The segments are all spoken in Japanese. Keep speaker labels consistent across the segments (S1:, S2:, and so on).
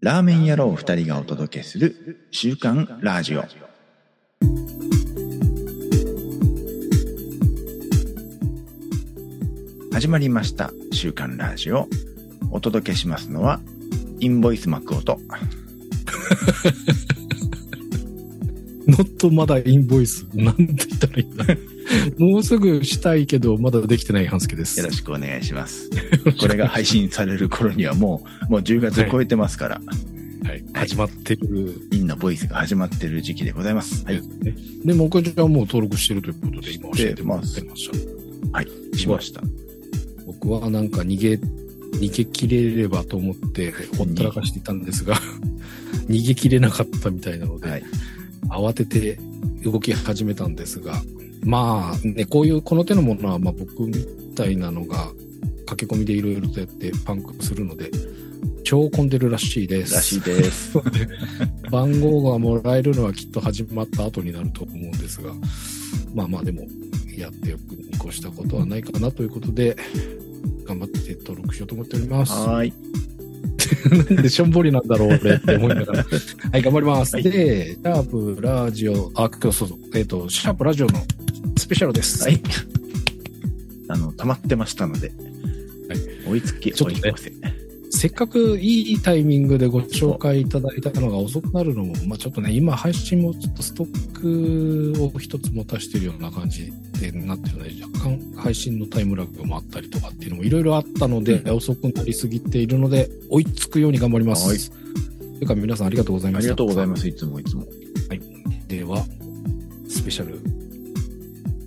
S1: ラーメン野郎2人がお届けする「週刊ラジオ」始まりました「週刊ラジオ」お届けしますのはインボイスマクオと
S2: ノットまだインボイス。なんて言ったらいいんだ。もうすぐしたいけど、まだできてない半助です。
S1: よろしくお願いしますこれが配信される頃にはもうもう10月超えてますから、
S2: はい、始まってる。
S1: インのボイスが始まってる時期でございますはい
S2: で、も岡ちゃんはもう登録してるということで、今教えてもらっ
S1: して
S2: てました。
S1: はいしました
S2: 僕はなんか逃げ、逃げ切れればと思って、ほったらかしていたんですが、 逃げ切れなかったみたいなので、
S1: はい
S2: 慌てて動き始めたんですが、まあね、こういう、この手のものは、まあ僕みたいなのが、駆け込みでいろいろとやってパンクするので、超混んでるらしいです。
S1: らしい です
S2: 番号がもらえるのはきっと始まった後になると思うんですが、まあまあでも、やっておくに越したことはないかなということで、頑張って登録しようと思っております。
S1: はーい
S2: なんでしょんぼりなんだろう、俺って思いながら。はい、頑張ります。
S1: はい
S2: で、シャープラジオ、あ、今日そうそう、えっ、と、シャープラジオのスペシャルです。
S1: はい。あの、溜まってましたので、追いつき、
S2: ちょっ
S1: 追
S2: と
S1: い
S2: ね
S1: 越せ。
S2: せっかくいいタイミングでご紹介いただいたのが遅くなるのも、まあ、ちょっとね、今配信もちょっとストックを一つ持たしてるような感じでなってるので、若干配信のタイムラグもあったりとかっていうのもいろいろあったので、
S1: う
S2: 遅くなりすぎているので、追いつくように頑張ります。
S1: はい
S2: というか皆さんありがとうござい
S1: あ
S2: ま
S1: り
S2: した。
S1: がとうございます、いつもいつも。
S2: では、スペシャル、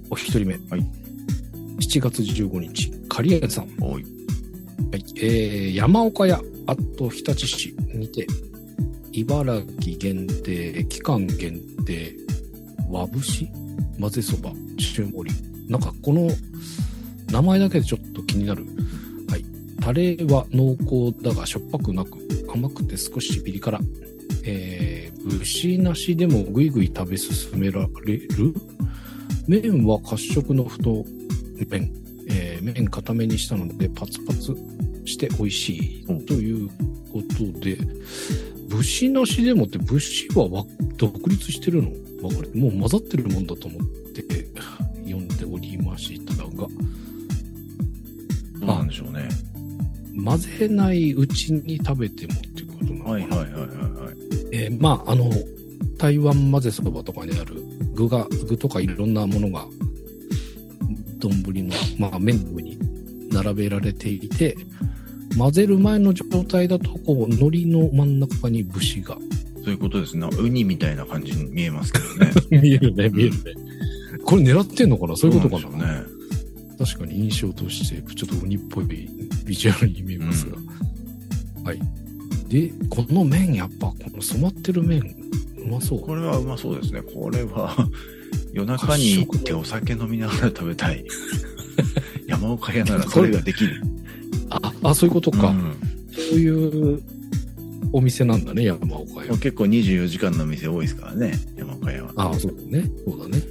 S2: お一人目。
S1: はい
S2: 7月15日、刈谷さん。
S1: おい。
S2: はい、えー山岡屋あと日立市にて茨城限定期間限定和節混ぜそば中盛りなんかこの名前だけでちょっと気になる、はい、タレは濃厚だがしょっぱくなく甘くて少しピリ辛えー、節なしでもぐいぐい食べ進められる麺は褐色の太麺えー麺固めにしたのでパツパツして美味しい
S1: うん
S2: ということで節なしでもって節はわ独立してるのわかるもう混ざってるもんだと思って読んでおりましたが
S1: どうなんでしょうね。
S2: 混ぜないうちに食べてもっていうことなのかな、
S1: はいはいはいはいはい。
S2: えーまああの台湾混ぜそばとかにある具が具とかいろんなものが丼の、まあ、麺の上に並べられていて混ぜる前の状態だとこう海苔の真ん中に 節が
S1: そういうことですね。ウニみたいな感じに見えますけどね。
S2: 見えるね見えるね、これ狙ってんのかな そういうことか
S1: ど
S2: な
S1: うなんでしょ
S2: 確かに印象としてちょっと鬼っぽいビジュアルに見えますが、はいでこの麺やっぱこの染まってる麺うまそう
S1: うね。これはうまそうですね。これは、 夜中に行ってお酒飲みながら食べた い。山岡屋ならそれができる。
S2: ああそういうことか、
S1: うん
S2: そういうお店なんだね、山岡屋
S1: もう。結構24時間の店多いですからね、山岡屋は。
S2: ああ、そうだね。そうだね。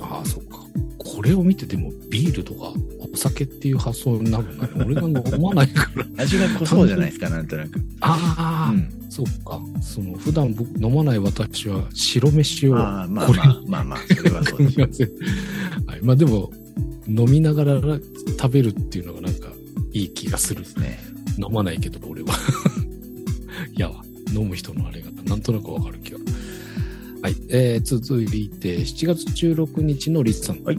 S2: ああ、そうか。これを見てでもビールとかお酒っていう発想になるんだね。俺が飲まない から。
S1: 味が濃そうじゃないですか、なんとなく。
S2: ああ、
S1: うん
S2: そうか。その普段僕飲まない私は白飯を
S1: ああ、まあ
S2: こ
S1: ま
S2: れ
S1: あ、まあまあ、それはそうで
S2: 組
S1: す
S2: み合わせ。はい、まあでも飲みながら食べるっていうのがなんかいい気がする。
S1: ね。
S2: 飲まないけど俺は いや飲む人のあれがなんとなくわかる気がはい、えー、続いて7月16日のリスさん、
S1: はい、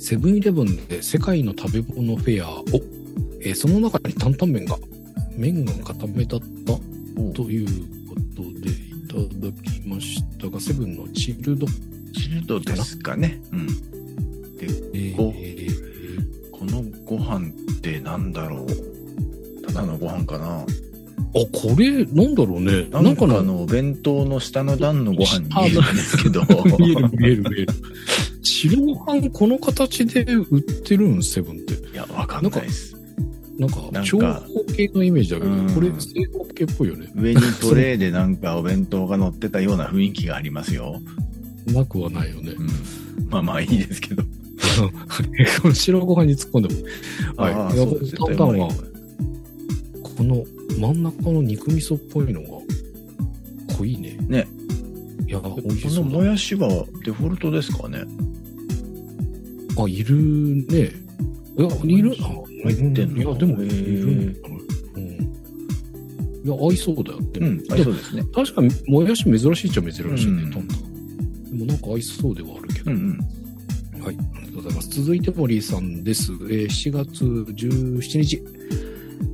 S2: セブンイレブンで世界の食べ物フェアを、えーその中に担々麺が麺が固めだった
S1: おう
S2: ということでいただきましたがセブンのチルド、
S1: チルドですかね。うん。
S2: えー
S1: お
S2: えー
S1: このご飯ってなんだろうただのご飯かな
S2: あこれなんだろうね
S1: な
S2: なんん
S1: か
S2: かの
S1: のお弁当の下の段のご飯に見えるんですけど。
S2: 見える見える見える。白ご飯この形で売ってるんセブンって。
S1: いや、わかんないです。
S2: なんか
S1: なんか
S2: 長方形のイメージだけど
S1: うん、
S2: これ正方形っぽいよね。
S1: 上にトレーでなんかお弁当が乗ってたような雰囲気がありますよ。
S2: なくはないよね
S1: う。ん。まあまあいいですけど。
S2: 白ご飯に突っ込んでも。はい
S1: ああ
S2: いや
S1: そうですよ
S2: 担々は
S1: 絶対うまい
S2: この真ん中の肉味噌っぽいのが濃いね
S1: ね
S2: いや
S1: こ
S2: 美味しそ
S1: の
S2: う
S1: も
S2: だ
S1: やしはデフォルトですかね
S2: あいるねいやいるな
S1: 入ってんの
S2: いやでも
S1: へ
S2: い
S1: ー
S2: るんだなうんいや合いそうだよって、
S1: うんあ
S2: で
S1: そうですね
S2: 確かにもやし珍しいっちゃ珍しいね、
S1: うん
S2: トンタンでもなんか合いそうではあるけ
S1: う
S2: ど、
S1: んうん
S2: はい、ありがとうございます。続いて、森さんです。えー7月17日、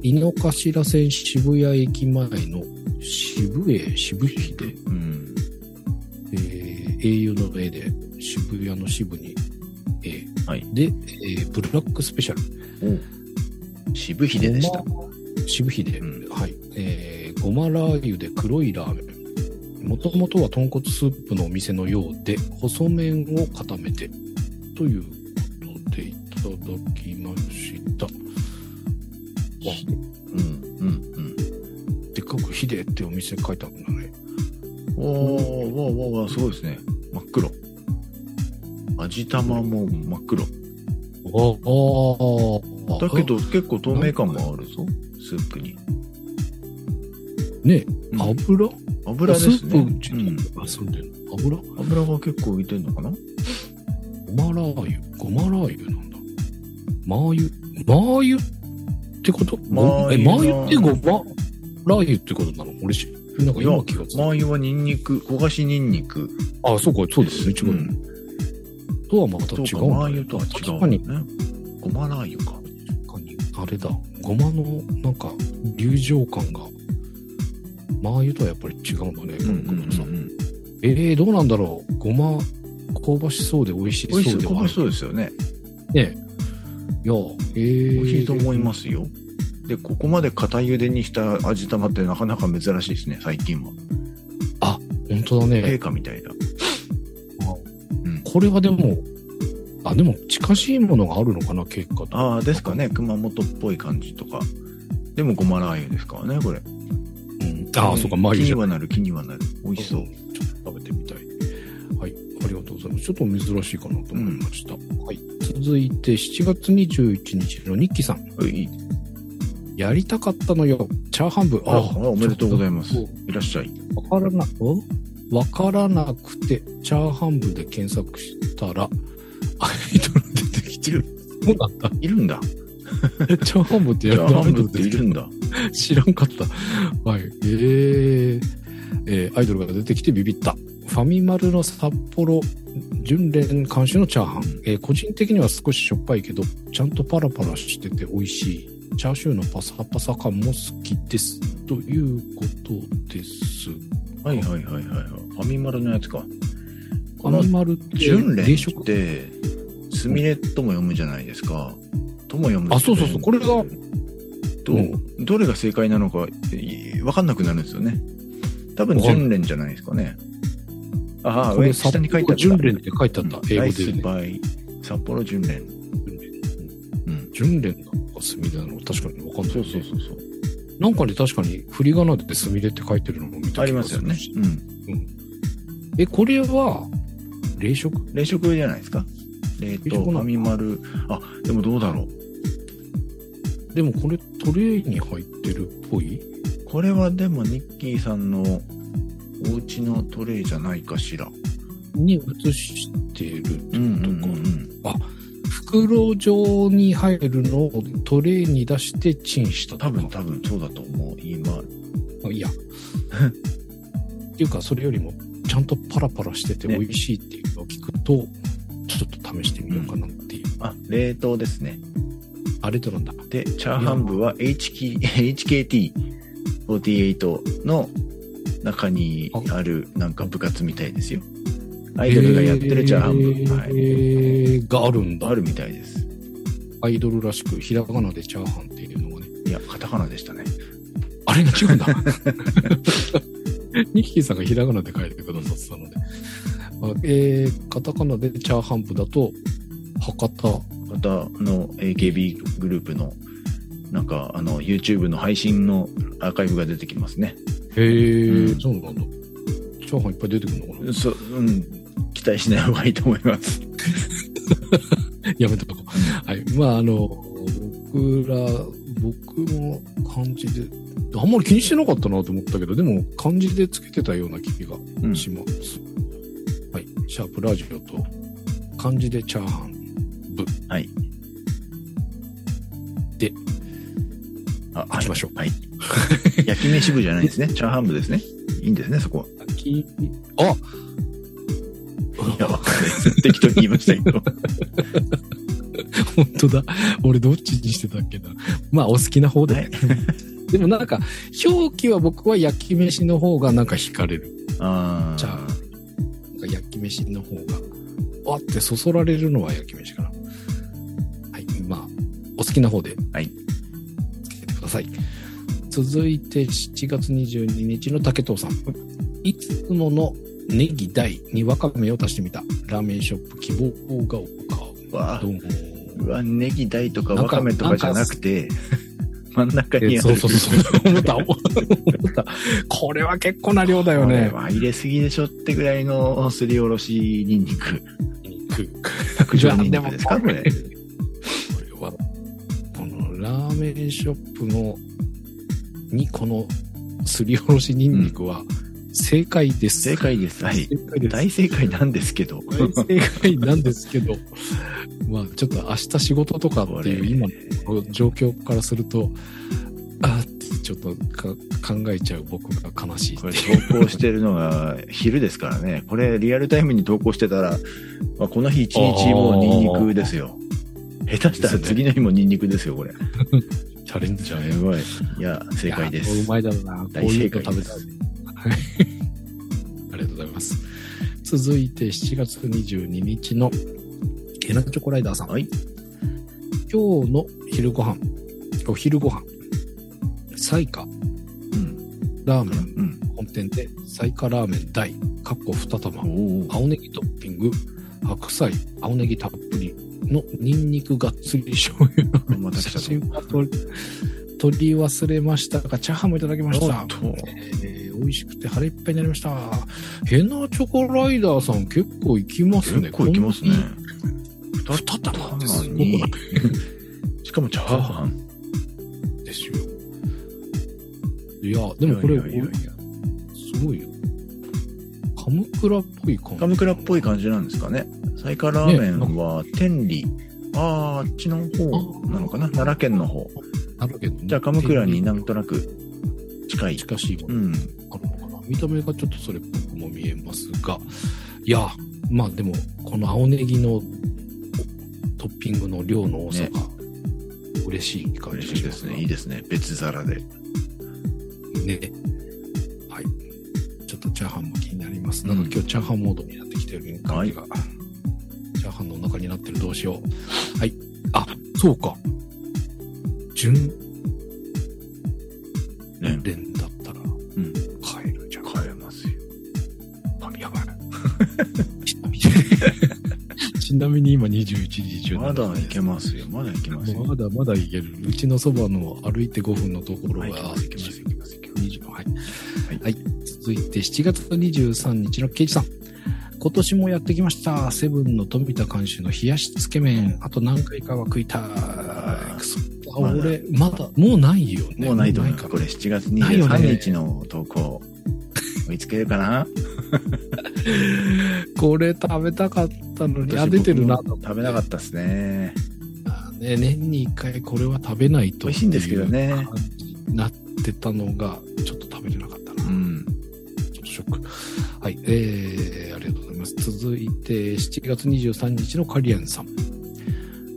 S2: 井の頭線渋谷駅前の渋谷、渋日で、
S1: うん
S2: えー、英雄の絵で、渋谷の渋に、えー
S1: はい
S2: で、えーブラックスペシャル。
S1: 渋ひででした
S2: ごま。渋日で、
S1: うん
S2: はい。えーごまラー油で黒いラーメン。もともとは豚骨スープのお店のようで、細麺を固めて、ということでいただきました。
S1: うんうん
S2: でっかく「ヒデ」ってお店書いてあるんだね
S1: うんおーわーわーわーすごいですね真っ黒味玉も真っ黒
S2: あ
S1: だけど結構透明感もあるぞスープに
S2: ね
S1: うん
S2: 油、
S1: 油ですね、
S2: スープちょっ
S1: うん
S2: と、あそうだよ油
S1: 油が結構浮いてんのかな
S2: ごまラー油ごまラー油なんだマー油マー油ってこと
S1: マー
S2: ごえ
S1: 油
S2: マ
S1: な
S2: ー油ってごまラー油ってことなの俺しなんか
S1: いや
S2: 今気がつい
S1: マー油はニンニク焦がしニンニク
S2: たあそうかそうですね違う、
S1: うん
S2: とはまた
S1: そう
S2: 違
S1: かマ
S2: う
S1: ー
S2: んだ
S1: 油とは
S2: 確
S1: 違
S2: か
S1: う
S2: に
S1: よねごまラー油か
S2: 確かにあれだごまのなんか流浄感がマー油とはやっぱり違うんだね、
S1: うん
S2: この黒さ
S1: うんうんうん
S2: えー、どうなんだろうごま香ばしそうで美味し
S1: 美味し
S2: そ
S1: そうう
S2: で
S1: 香
S2: は
S1: ば
S2: ある
S1: しそうですよね
S2: ねいやえー、
S1: 美味しいと思いますすよでここまで固茹でにした味玉ってなかなか珍しいですね最近は
S2: 本当だね
S1: 陛下みたいだ
S2: これはでもあでも近しいものがあるのかな結果と
S1: ああですかね熊本っぽい感じとかでもごまラー油ですからねこれ
S2: うんああ、そうかマリ
S1: 気
S2: じ
S1: に
S2: ゃん
S1: はなる気にはなる美味しそう
S2: ちょっと食べてみたい。はい、ありがとうございます。ちょっと珍しいかなと思いました。はい、続いて7月21日のニッキーさん。
S1: うい
S2: やりたかったのよ。チャーハン部。
S1: あらあらおめでとうございます
S2: ちょっ
S1: いらっしゃい
S2: とわからな、おわからなくて、チャーハン部で検索し たら、アイドル出てきてる。そうなんだ。
S1: いるんだ
S2: チャーハン部って
S1: い
S2: や
S1: や
S2: る
S1: ハンブっているんだ
S2: 知らんかった。はい。えーえーアイドルが出てきてビビった。ファミマルの札幌純連監修のチャーハン。えー個人的には少ししょっぱいけど、ちゃんとパラパラしてて美味しい。チャーシューのパサパサ感も好きです。ということです。
S1: はいはいはいはいはいファミマルのやつか
S2: フ
S1: この
S2: ァミマルって
S1: 純連
S2: 冷
S1: っ
S2: 食。
S1: てスミレとも読むじゃないですかとも読む
S2: あそうそうそうこれが
S1: と、
S2: うん
S1: どれが正解なのか分かんなくなるんですよね多分純連じゃないですかねああ
S2: これ
S1: 上下に書いてあった
S2: 純連って書いてあった。英
S1: ラ
S2: 語
S1: イ
S2: で
S1: ス
S2: ね。
S1: バイ札幌純連うん
S2: 純連なのかすみれなのか確かに分かんない、
S1: そうそうそうそう
S2: なんかね、確かに、振り仮名でスミレって書いてるのも見た気が
S1: ありますよね
S2: するし
S1: うん
S2: え、これは、冷食
S1: 冷食じゃないですか冷
S2: 冷
S1: 凍
S2: 食
S1: フ
S2: なの
S1: ァミマルあでもどうだろう
S2: でもこれトレイに入ってるっぽい
S1: これはでもニッキーさんのお家のトレイじゃないかしら
S2: に移してる。
S1: うんうんうんうん
S2: 袋状に入るのをトレイに出してチンしたとか
S1: 多分多分そうだと思う今
S2: あいや。 っていうか、それよりも、ちゃんとパラパラしてて
S1: ね
S2: 美味しいっていうのを聞くと、ちょっと試してみようかなっていう。
S1: あ冷凍ですね
S2: あれとなんだ。
S1: でチャーハン部は HK HKT48 の中にあるなんか部活みたいですよアイドルがやってるチャーハン部、
S2: えー
S1: はい、
S2: があるんだ。
S1: あるみたいです
S2: アイドルらしく、ひらがなでチャーハンっていうのがね、
S1: いやカタカナでしたね
S2: あれが違うんだ。 ニッキーさんがひらがなで書いてくださってたので、あえー、カタカナでチャーハン部だと、博多、
S1: またあの AKB グループのなんかあの YouTube の配信のアーカイブが出てきますね
S2: へー、
S1: うん
S2: そうなんだ。チャーハンいっぱい出てくるのかな
S1: そうん期待しない方がいいと思います
S2: やめとこう。はい。まあ、あの、僕ら、僕も漢字であんまり気にしてなかったなと思ったけど、でも漢字でつけてたような気が
S1: うん
S2: します。はい。シャープラジオと、漢字でチャーハン。
S1: はい。
S2: で、
S1: あ、
S2: 行きましょう
S1: はい。はい焼き飯部じゃない ですね。チャーハン部ですね。いいんですね、そこは。
S2: きあ
S1: いや、わかんないです。 適当に言いましたけど。
S2: 本当だ。俺どっちにしてたっけな。まあ、お好きな方で。
S1: はい
S2: でもなんか、表記は僕は焼き飯の方がなんか惹かれる。
S1: あ
S2: じゃ
S1: あ
S2: あ。なんか焼き飯の方が。わってそそられるのは焼き飯かな。はい。まあ、お好きな方で。
S1: はい。
S2: つけてください。続いて7月22日の竹藤さん。いつものネギ大にわかめを足してみた。ラーメンショップ希望が丘。
S1: わあ
S2: どうも。
S1: うわ、ネギ大とか
S2: なん
S1: わ
S2: か
S1: かめとかじゃなくて、 真ん中にあ
S2: そう
S1: る。
S2: そうそう。 思った、思った。これは結構な量だよ
S1: これ
S2: ね。
S1: は入れすぎでしょってぐらいのすりおろしニンニク。
S2: う
S1: 白状
S2: わ
S1: ニン
S2: で
S1: ニ
S2: も
S1: クですか これ。
S2: これは、このラーメンショップの、にこのすりおろしニンニクは正解です。
S1: 正解です。はい。
S2: 正解です。
S1: 大正解なんですけど。
S2: 大正解なんですけど、まあちょっと明日仕事とかっていう今の状況からすると、あーってちょっとか考えちゃう僕が悲しいって
S1: これ
S2: いう。
S1: 投稿してるのが昼ですからね。これリアルタイムに投稿してたら、まあ、この日一日もうニンニクですよ。下手したら次の日もニンニクですよ、これ。
S2: チャレンジャーや
S1: すごい。いや、正解で
S2: いやう
S1: す。
S2: まいだろうな。こう
S1: 大
S2: い
S1: 正
S2: うの
S1: 解
S2: 食べ
S1: で
S2: たい。
S1: す。
S2: ありがとうございます。続いて7月22日のエナチョコライダーさん。
S1: はい。
S2: 今日の昼ご飯、お昼ご飯、サイカ
S1: うん。
S2: ラーメン
S1: うん。
S2: 本店でサイカラーメン大、かっこ2玉、
S1: おー
S2: 青ネギトッピング、白菜、青ネギたっぷりのニンニクがっつり醤油。
S1: また
S2: 写
S1: 来
S2: 真は撮り撮り忘れましたが、チャーハンもいただきま
S1: た
S2: し
S1: ぞ。
S2: た
S1: おっ。と。
S2: えー美味しくて腹いっぱいになりました。ヘナチョコライダーさん結構行きますね。
S1: 結構いきますね。
S2: こんなに。二玉です
S1: なのにしかもチャーハン。
S2: ですよ。いや、でもこれ、
S1: いやいやいやいや
S2: すごいよ。カムクラっぽい感じ。
S1: ガムクラっぽい感じなんですかね。サイカラーメンは天理。ああ、あっちの方なのかな奈良県の方。
S2: あるけどね
S1: じゃあ、鎌倉になんとなく近い。
S2: 近しいも
S1: う
S2: の
S1: ん。
S2: あるのかな、見た目がちょっとそれっぽくも見えますが、いや、まあでも、この青ネギのトッピングの量の多さが、嬉しい感じ
S1: 嬉しいですね。いいですね。別皿で。
S2: ね。はい。ちょっとチャーハンも気になります。
S1: うん
S2: なんか今日チャーハンモードになってきてる感じが、チャーハンの中になってるどうしよう。はい。あ、そうか。順
S1: ね。
S2: 連だったら
S1: うん。
S2: 買えるじゃん。
S1: 買えますよ。
S2: あやばい。ちなみに ちなみに今21時17分
S1: まだいけ
S2: ま
S1: ますよ。まだいけますよ。
S2: まだまだいける。うちのそばの歩いて5分のところ
S1: は
S2: が、
S1: い、いけます、いけます、いけます。いけます
S2: 20はい
S1: はい
S2: はい、続いて7月23日の刑事さん今年もやってきましたセブンの富田監修の冷やしつけ麺あと何回かは食いたい
S1: あー
S2: くそあ
S1: まだ
S2: 俺まだもうないよね
S1: もうないと思います。
S2: か
S1: これ7月
S2: ないよね
S1: 23日の投稿。追いつけるか な
S2: これ食べたかったのにあ出てるな
S1: 私僕も食べなかったですね。
S2: ね年に1回これは食べないと
S1: 美味しいんですけどね
S2: っていう感じになってたのがちょっと食べれなかったな
S1: うん。
S2: ちょっとショック。はい、えー、ありがとうございます。続いて、7月23日のカリアンさん。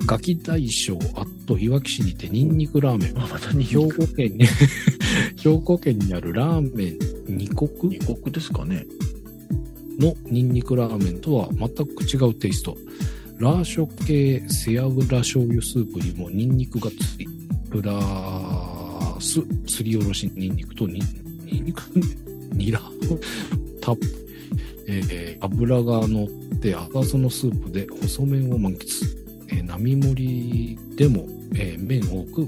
S2: ガキ大将、あっと、いわき市にてニンニクラーメン。
S1: まあまたに
S2: 兵庫県に、 兵庫県にあるラーメン二国
S1: 二国ですかね。
S2: のニンニクラーメンとは全く違うテイスト。ラーショ系背脂醤油スープにもニンニクがつり、プラスすりおろしニンニクとニンニンニク、 ニラたっぷり、えー油が乗って赤そのスープで細麺を満喫。えー並盛りでも、えー麺多く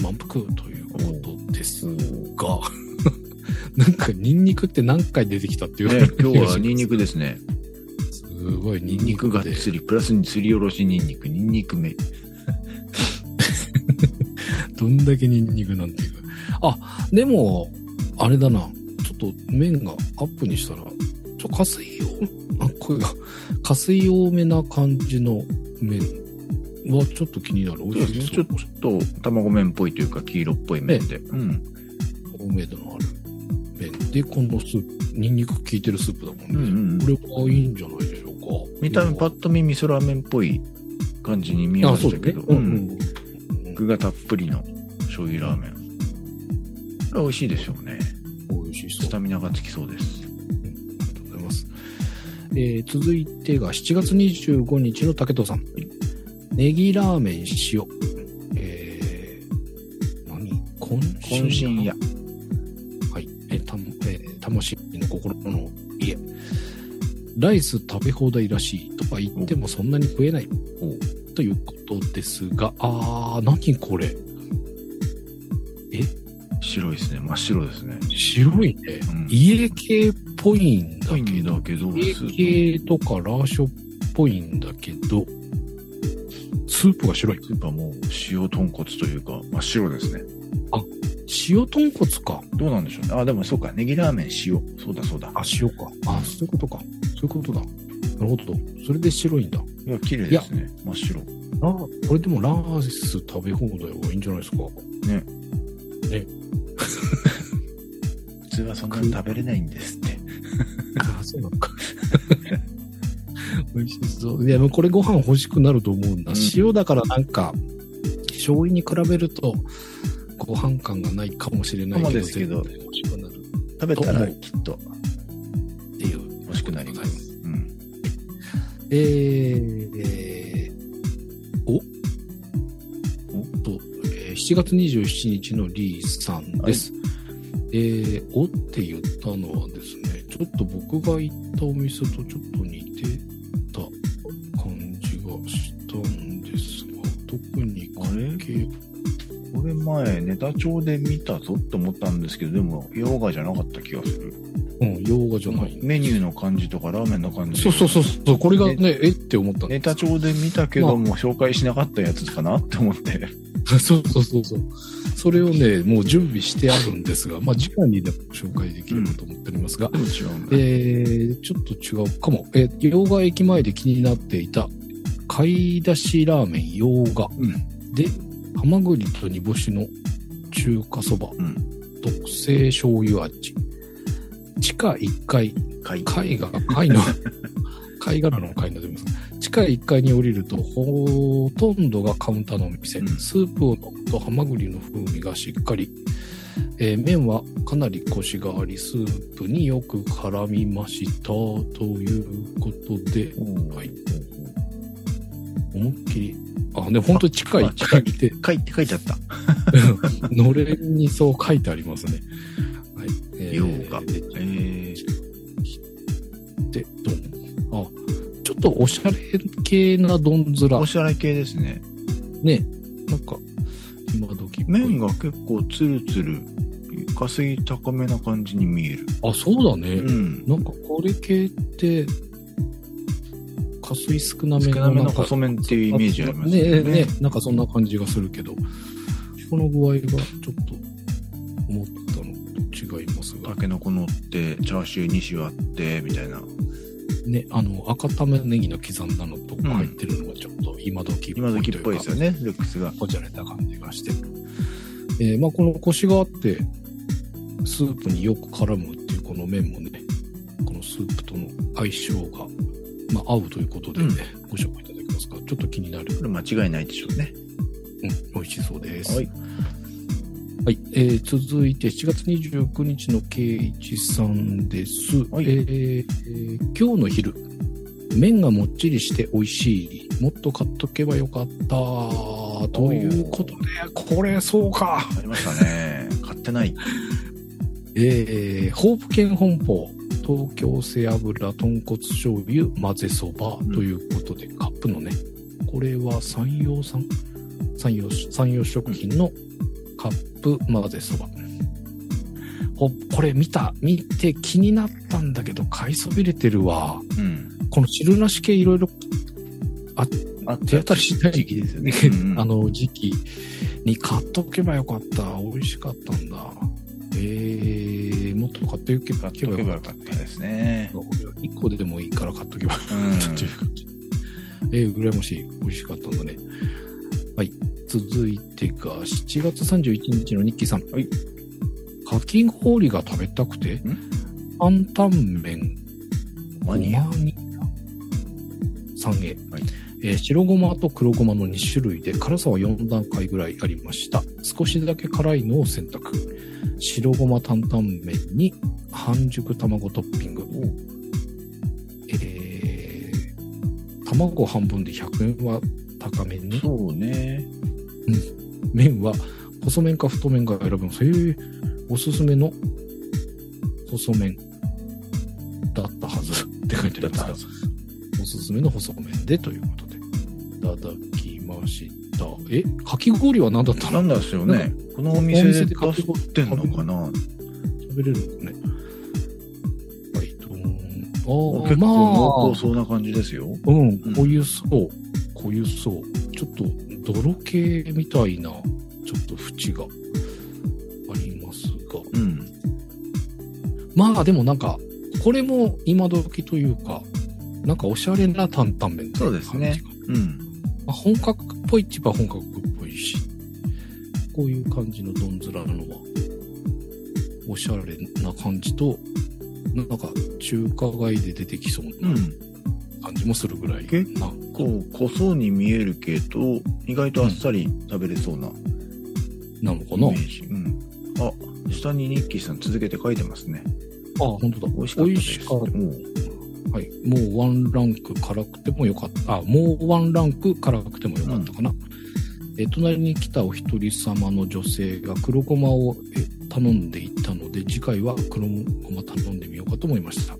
S2: 満腹ということですが、 なんか ニンニクって何回出てきたっていう、
S1: ね、今日はニンニクですね。
S2: すごい
S1: ニ
S2: ニ
S1: ン
S2: ン
S1: ニ
S2: ニ
S1: ク
S2: ク
S1: がっ
S2: で
S1: つり、プラスにすりおろしニンニク、ニンニクめ。
S2: どんだけニンニクなんていうかあでも、あれだな。ちょっと麺がアップにしたら、ちょ、加水用、あ、声が、加水多めな感じの麺はちょっと気になる。
S1: そう
S2: 美
S1: で
S2: 味
S1: すね。
S2: し
S1: ち
S2: そ
S1: ょ
S2: う
S1: っ。と卵麺っぽいというか黄色っぽい麺で。うん。
S2: 透明度のある麺で、このスープ、ニンニク効いてるスープだもんね。
S1: うんうん
S2: これはいいんじゃないでしょうか。
S1: 見た目パ
S2: ッ
S1: ッと見味噌ラーメンっぽい感じに見えま
S2: あ、そ
S1: し
S2: う
S1: た
S2: だ
S1: け
S2: ね
S1: ど。。
S2: うん
S1: うん
S2: うん。
S1: 具がたっぷりの醤油ラーメン。これ美味しいでしょうね。
S2: うん、美味しそう
S1: ス。タミナがつきそうです。
S2: ありがとうございます。えー続いてが7月25日の竹藤さん。ネギラーメン塩。えー、何
S1: 渾
S2: 渾
S1: 身や。
S2: はい。えー、たも、えー魂の心の家。ライス食べ放題らしいとか言ってもそんなに食えない。ということですが、あー、何これ
S1: 白いですね。真っ白ですね。
S2: 白いね。
S1: うん
S2: 家系っぽいんだ
S1: 濃い
S2: け
S1: ん
S2: ど
S1: だ、けど、
S2: 家
S1: スープ
S2: 系とかラーショっぽいんだけど、スープが白い。
S1: スープはもう塩豚骨というか、真っ白ですね。
S2: 塩豚骨か。
S1: どうなんでしょうね。あ、でもそうか。ネギラーメン塩。そうだそうだ。
S2: あ、塩か。あ、そういうことか。そういうことだ。なるほど。それで白いんだ。
S1: いや、綺麗ですね。真っ白。
S2: あ、これでもラース食べ放題はいいんじゃないですか。
S1: ね。
S2: ね。
S1: 普通はそんなに食べれないんですって。
S2: あ、そうなのか。美味しそう。いや、もうこれご飯欲しくなると思うんだ。
S1: うん
S2: 塩だからなんか、醤油に比べると、ご飯感がないかもしれないけど、
S1: そうですけど
S2: 絶対欲しくなるっ
S1: 食べたらきっと
S2: ていう。
S1: 欲しくなります。うん。
S2: えー、えーおと、えー7月27日のリーさんです。えーおって言ったのはですね、ちょっと僕が行ったお店とちょっと似てた感じがしたんですが、特に関係、
S1: これ前、ネタ帳で見たぞって思ったんですけど、でも、洋画じゃなかった気がする。
S2: うん、洋画じゃないんだ
S1: メニューの感じとか、ラーメンの感じ。
S2: そうそうそうそう、これがね、えって思ったんです
S1: ネタ帳で見たけども、紹介しなかったやつかなって思って。
S2: そうそうそうそう。それをね、もう準備してあるんですが、まあ、時間にでも紹介できればと思っておりますが、
S1: でも違うんだ。
S2: えー、ちょっと違うかも。えー、洋画駅前で気になっていた、買い出しラーメン洋画
S1: うん。
S2: で、ハマグリと煮干しの中華そば、
S1: ん
S2: 特製醤油味。地下1階、
S1: かい。
S2: 階が、階の、貝殻の貝になってます。地下1階に降りると、ほとんどがカウンターのお店。
S1: うん
S2: スープを飲むとハマグリの風味がしっかり。えー麺はかなりコシがあり、スープによく絡みました。ということで、
S1: おー
S2: はい思いっきり、あ、ね、本当に地下1階にて、
S1: かいって書いちゃった。
S2: のれんにそう書いてありますね。はい。えー
S1: 洋画え
S2: で、どうも。あ、ちょっとおしゃれ系な丼面
S1: お。しゃれ系ですね。
S2: ね。なんか、今時。
S1: 麺。が結構ツルツル、稼ぎ高めな感じに見える。
S2: あ、そうだね。
S1: うん。
S2: なんかこれ系って、加水少なめ
S1: 少なめの
S2: か
S1: 細麺っていうイメージあります
S2: ね
S1: よ
S2: ねね。なんかそんな感じがするけど、この具合がちょっと思ったのと違いますが
S1: た、けのこ乗って、チャーシュー2種あって、みたいな。
S2: ね、あの、赤玉ねぎの刻んだのとか入ってるのがちょっと今時っぽい
S1: 今時っぽいですよ
S2: ね。
S1: ね、ルックスが。
S2: こじゃれた感じがして。えーまあこのコシがあって、スープによく絡むっていうこの麺もね、このスープとの相性が、まあ合うということでね、ご紹介いただけますか。ちょっと気になる。
S1: これ間違いないでしょうね。
S2: うん、美味しそうです。
S1: はい。
S2: はい、えー続いて7月29日の圭一さんです、
S1: はい
S2: えーえー今日の昼麺がもっちりして美味しいもっと買っとけばよかったということでこれそうか、
S1: ありました ね。買ってない。
S2: えー、ホープ県本舗東京背脂豚骨醤油混ぜそば
S1: ん
S2: ということで、カップのねこれは山陽さん山陽山陽食品のカップ混ぜそば、ほこれ見た見て気になったんだけど買いそびれてるわ
S1: うん。
S2: この汁なし系いろいろ
S1: あ
S2: 手当たり次第。
S1: 時期ですよね
S2: あの時期に買っとけばよかった美味しかったんだえー、もっと買っておけ
S1: 買
S2: ば
S1: っとけばよかったですね。
S2: 1個でもいいから買っとけばよか
S1: う
S2: ったってい
S1: ん
S2: う感じ。えー、羨ましい。美味しかったんだね。はい。続いてが、7月31日のニッキーさん。
S1: はい。
S2: かき氷が食べたくて、担々麺
S1: マニア。
S2: ごまに三へ、
S1: はい
S2: えー白ごまと黒ごまの2種類で辛さは4段階ぐらいありました少しだけ辛いのを選択白ごま担々麺に半熟卵トッピングえー卵半分で100円は高めに
S1: そうね。
S2: 麺は細麺か太麺が選べます。へえ、おすすめの細麺だったはずって書いてありますが
S1: だっ
S2: おすすめの細麺でということで、いただきました。え、かき氷は何だった
S1: な
S2: の
S1: んだっすよね。このお店
S2: お
S1: で
S2: 店
S1: 出
S2: で買ってこ
S1: してんのかな
S2: 食べれるのかね。はい、どーん。あ
S1: 結
S2: ー、ま
S1: 構濃
S2: あ
S1: 厚、そうな感じですよ。
S2: うん、
S1: ん
S2: こういうそう、こういうそう、ちょっと泥系みたいな、ちょっと縁がありますが、
S1: うん。
S2: まあでもなんか、これも今時というか、なんかおしゃれな担々麺ってい
S1: そうですね
S2: 感じが
S1: うん。
S2: まあ、本格っぽいっちゃ本格っぽいし、こういう感じのどんずらなのは、おしゃれな感じと、なんか中華街で出てきそう
S1: う。
S2: なん感じもするぐらい
S1: 結
S2: な。
S1: こう、濃そうに見えるけど、意外とあっさり食べれそうなイ
S2: なの
S1: メ
S2: かな
S1: ージ。うん。あ、下にニッキーさん続けて書いてますね。
S2: あ、本当だ。
S1: 美味しかったです。
S2: 美味しかっ
S1: もう
S2: たはい。もうワンランク辛くてもよかった。あ、もうワンランク辛くてもよかったかな。え、隣に来たお一人様の女性が黒ごまをえ頼んでいたので、次回は黒ごま頼んでみようかと思いました。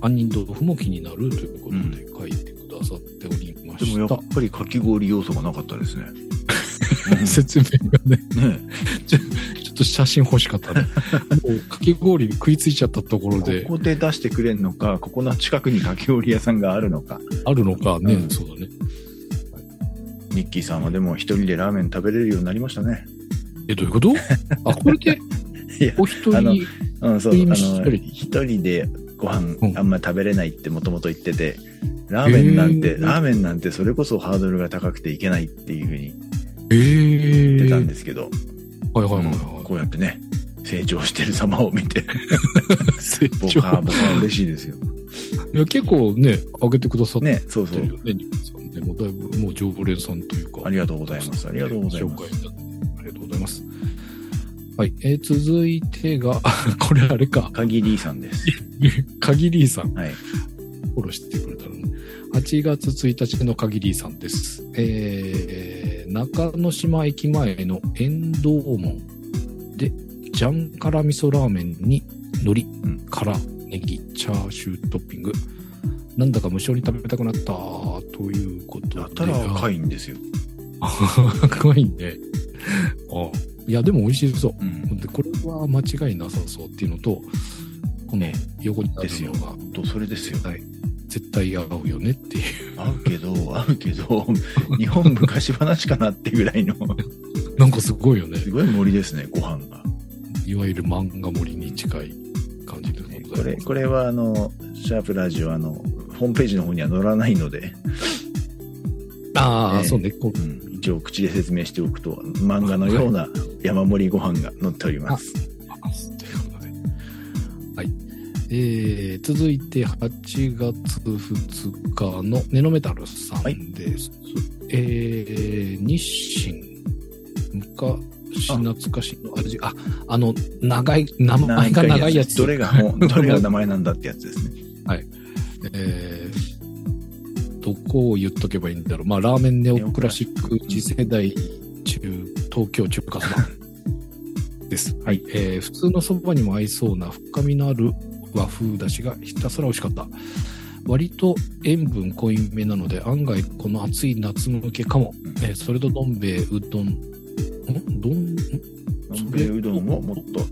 S2: 杏仁豆腐も気になるということで書いてくださっておりま
S1: でもや
S2: し。
S1: ったぱりかき氷要素がなかった ですね。
S2: 説明がね、
S1: うんね
S2: ちょっと写真欲しかっ たね。もうかき氷に食いついちゃったところで
S1: こ、こで出してくれんのか、ここの近くにかき氷屋さんがあるのか。
S2: あるのかね、
S1: うん
S2: そうだね。
S1: ニッキーさんはでも一人でラーメン食べれるようになりましたね。
S2: え、どういうことあ、これで
S1: いや、
S2: お一 人
S1: あの
S2: に、
S1: うん、そう、あ
S2: 一人
S1: の、
S2: 一
S1: 一人でご飯
S2: うん
S1: あんまり食べれないってもともと言ってて、ラーメンなんて、
S2: へー
S1: ラーメンなんてそれこそハードルが高くていけないっていうふうに言
S2: え
S1: ってたん
S2: ー
S1: で、すけど、
S2: はいはいはい
S1: うん
S2: は
S1: こうやってね、成長してる様を 見て、
S2: い。成
S1: 僕
S2: 長。
S1: は、僕は嬉しい ですよ。
S2: いや、結構ね、上げてくださって
S1: ね、そうそ
S2: る
S1: う。
S2: よね、ニコさんね。もうだいぶ、もう常連さんというか。
S1: ありがとうございます。ありがとうございま
S2: 紹
S1: す。
S2: 介いただいてありがとうございます。はい、えー続いてが、 これあれか、
S1: 限りさんです。
S2: かぎりーさん。
S1: はい。
S2: フォローしてくれたのね。8月1日のかぎりーさんです。えー、中之島駅前の遠藤門で、ジャン辛味噌ラーメンに海苔、
S1: うん
S2: 辛、ネギ、チャーシュートッピング。なんだか無性に食べたくなった、ということで。
S1: やたら赤いんですよ。
S2: あ赤いね。あいや、でも美味しそう。
S1: うん。
S2: で、これは間違いなさそうっていうのと、この横にあるのが
S1: と、それですよ。
S2: 絶対合うよねっていう。
S1: 合うけど、合うけど、 日本昔話かなってぐらいの、
S2: なんかすごいよね。
S1: すごい森ですね、ご飯が。
S2: いわゆる漫画森に近い感じでございます。
S1: これ、これはあの、シャープラジオ、あの、ホームページの方には載らないので、
S2: ああ、
S1: ええ
S2: そうね。こう
S1: うん、一応口で説明しておくと、漫画のような山盛りご飯が載っております。
S2: ということで。はい。えー、続いて8月2日のネノメタルさんです。えー、日清、昔懐かしの味、あ、あの、長い、名前が長いやつ。
S1: どれが 本、どれが名前なんだってやつですね。
S2: えーどこを言っとけばいいんだろう。まあ、ラーメンネオクラシック次世代中、東京中華そ ばです。
S1: はい。
S2: えー普通のそばにも合いそうな深みのある和風だしがひたすら美味しかった。割と塩分濃いめなので案外この暑い夏向けかも。
S1: うん
S2: えーそれとどん兵衛、うどん、んどん、ん
S1: のんべえうどんをもっと、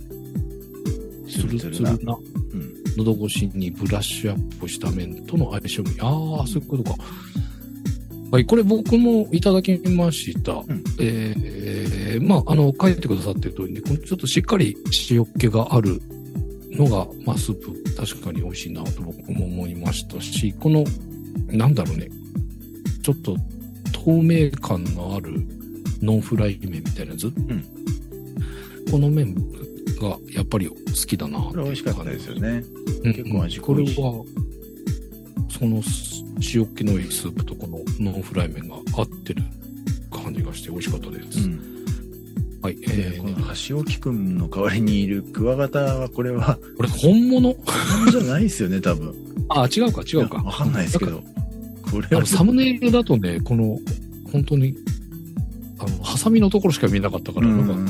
S2: つ
S1: つ
S2: る
S1: る
S2: つ
S1: つ
S2: る
S1: るな。
S2: な
S1: うん。
S2: 喉越しにブラッシュアップした麺との相性もいいああそういうことかはい、これ僕もいただきました。
S1: ん
S2: えーまあ、あの、書いてくださってる通りね、このちょっとしっかり塩っ気があるのが、まあ、スープ、確かに美味しいなと僕も思いましたし、この、なんだろうね、ちょっと透明感のあるノンフライ麺みたいなやつ、
S1: ん
S2: この麺がやっぱり好きだなってい
S1: これ
S2: う感じ。
S1: 美味しかったですよね。
S2: うん
S1: 結構味濃
S2: これ
S1: いし
S2: はそのす塩気のいいスープとこのノンフライ麺が合ってる感じがして美味しかったです、
S1: うん。
S2: はいえ
S1: で、
S2: ー
S1: この
S2: ね、
S1: 橋置くんの代わりにいるクワガタは、これ は、
S2: これ本物
S1: 本物じゃないですよね、多分。
S2: あ違うか違うか
S1: いやわかんないですけど。こ
S2: あ
S1: れは
S2: の、サムネイルだとねこの本当にあのハサミのところしか見えなかったか
S1: う
S2: ら、
S1: ん
S2: な
S1: うん
S2: か
S1: ん、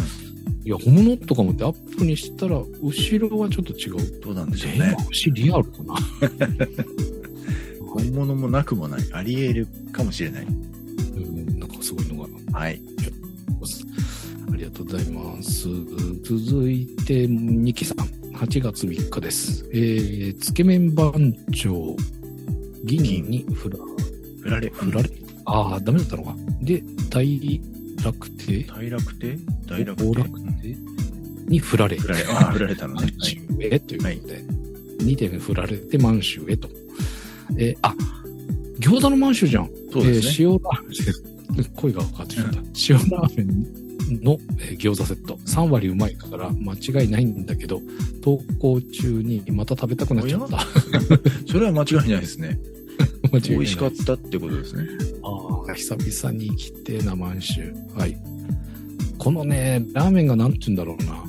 S2: いや本物とか思ってアップにしたら後ろはちょっと違う
S1: どうなんでしょう
S2: 全
S1: ね。
S2: 部しリアルかな
S1: 本物もなくもない。あり得るかもしれない。
S2: うんなんかすごいのが
S1: はい。
S2: ありがとうございます。続いて、ニキさん。8月3日です。えー、つけ麺番長、ギニに振ら
S1: 振られ、
S2: 振られ、ああ、ダメだったのか。で、大楽亭
S1: 大楽亭大楽
S2: 大
S1: 亭
S2: 楽亭に振られ、
S1: 振られ、ああ、振られたのね
S2: 満。州へということで、2点振られて満州へと。えーあ、餃子の満州じゃん。
S1: そうですね。
S2: えー塩ラーメン、 声が分かってしまった。塩ラーメンの、えー餃子セット。3割うまいから間違いないんだけど、投稿中にまた食べたくなっちゃった。
S1: それは間違いないですね。
S2: 間違いない
S1: 美味しかったってことですね。
S2: ああ、久々に来てな、満州。はい。このね、ラーメンがなんて言うんだろうな。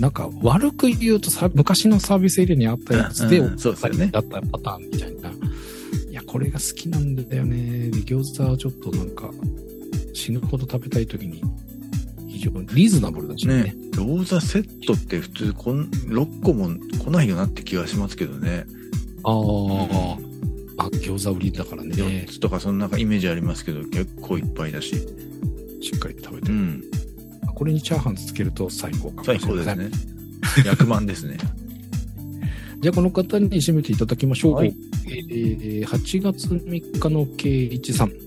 S2: なんか悪く言うとさ昔のサービスエリアにあったやつで、
S1: うんうんそうですよね
S2: だったパターンみたいな。いや、これが好きなんだよね。で、餃子はちょっとなんか、死ぬほど食べたい時に、非常にリーズナブルだしね。
S1: ね餃子セットって普通こん6個も来ないよなって気がしますけどね。
S2: ああ、あ、餃子売りだからね
S1: 4。つとかそんなイメージありますけど、結構いっぱいだし。
S2: しっかり食べ
S1: う
S2: て。
S1: ん。
S2: これにチャーハンつけると最高かもしれ
S1: 最
S2: な
S1: 高
S2: い。
S1: ですね。100万です ね。
S2: じゃあこの方に締めていただきましょう。
S1: はい
S2: えー8月3日の圭一さん。
S1: はい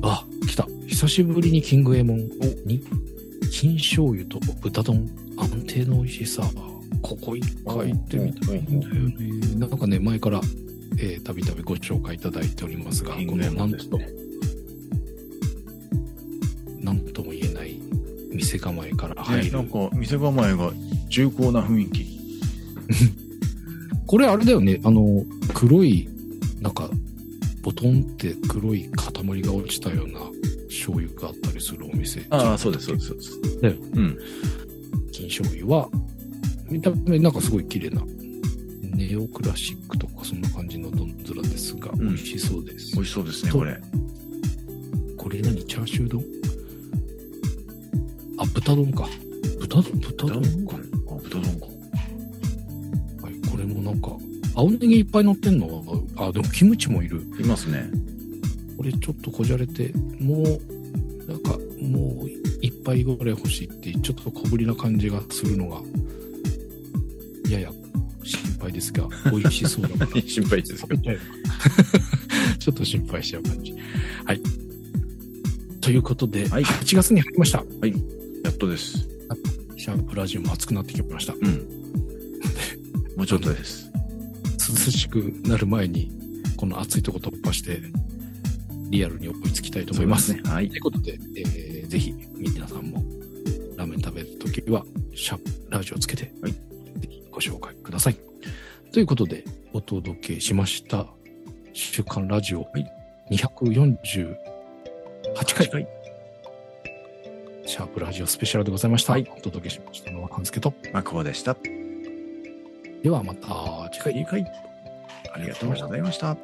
S2: あ、来た。久しぶりにキングエモンに、金醤油と豚丼、安定の美味しさ。ここ一回行ってみたいんだよね。なんかね、前から、えーたびたびご紹介いただいておりますが、
S1: キン
S2: こ
S1: グエ
S2: の
S1: モ
S2: な
S1: ン
S2: ん
S1: です
S2: と
S1: ね、
S2: なんとも言えない店構えから入
S1: ね
S2: る
S1: な。んか店構えが重厚な雰囲気。
S2: これあれだよねあの黒いなんかボトンって黒い塊が落ちたような醤油があったりするお店
S1: ああ、そうです、そうです、そうです。
S2: ね
S1: うん。
S2: 金醤油は見た目なんかすごい綺麗なネオクラシックとかそんな感じのどんずらですが、
S1: ん
S2: 美味しそうです
S1: 美味しそうですね、これ。
S2: これ何チャーシュー丼あ豚丼か豚丼豚丼か、
S1: あ、豚丼か。
S2: はい、これもなんか青ネギいっぱい乗ってんのはあでもキムチもいる
S1: いますね。
S2: これちょっとこじゃれてもうなんかもう一杯ぐらい欲しいっていうちょっと小ぶりな感じがするのがやや心配で すが美味しそうだから
S1: 心配ですけど。
S2: ちょっと心配しちゃう感じはいということで、
S1: はい
S2: 8月に入りました
S1: やっとです。
S2: シャープラジオも暑くなってきました
S1: うん。 もうちょっとです。
S2: 涼しくなる前にこの暑いとこ突破してリアルに追いつきたいと思います
S1: そうでね。はい
S2: とい。うことで、えーぜひ皆さんもラーメン食べるときはシャープラジオつけて、
S1: はい
S2: ぜひご紹介ください。ということでお届けしました「週刊ラジオ
S1: い」
S2: 248回、
S1: はい
S2: シャープラジオスペシャルでございました。
S1: はい
S2: お届けしましたのは半助と。
S1: マクボでした。
S2: ではまた次回。
S1: 次回。ありがとうございました。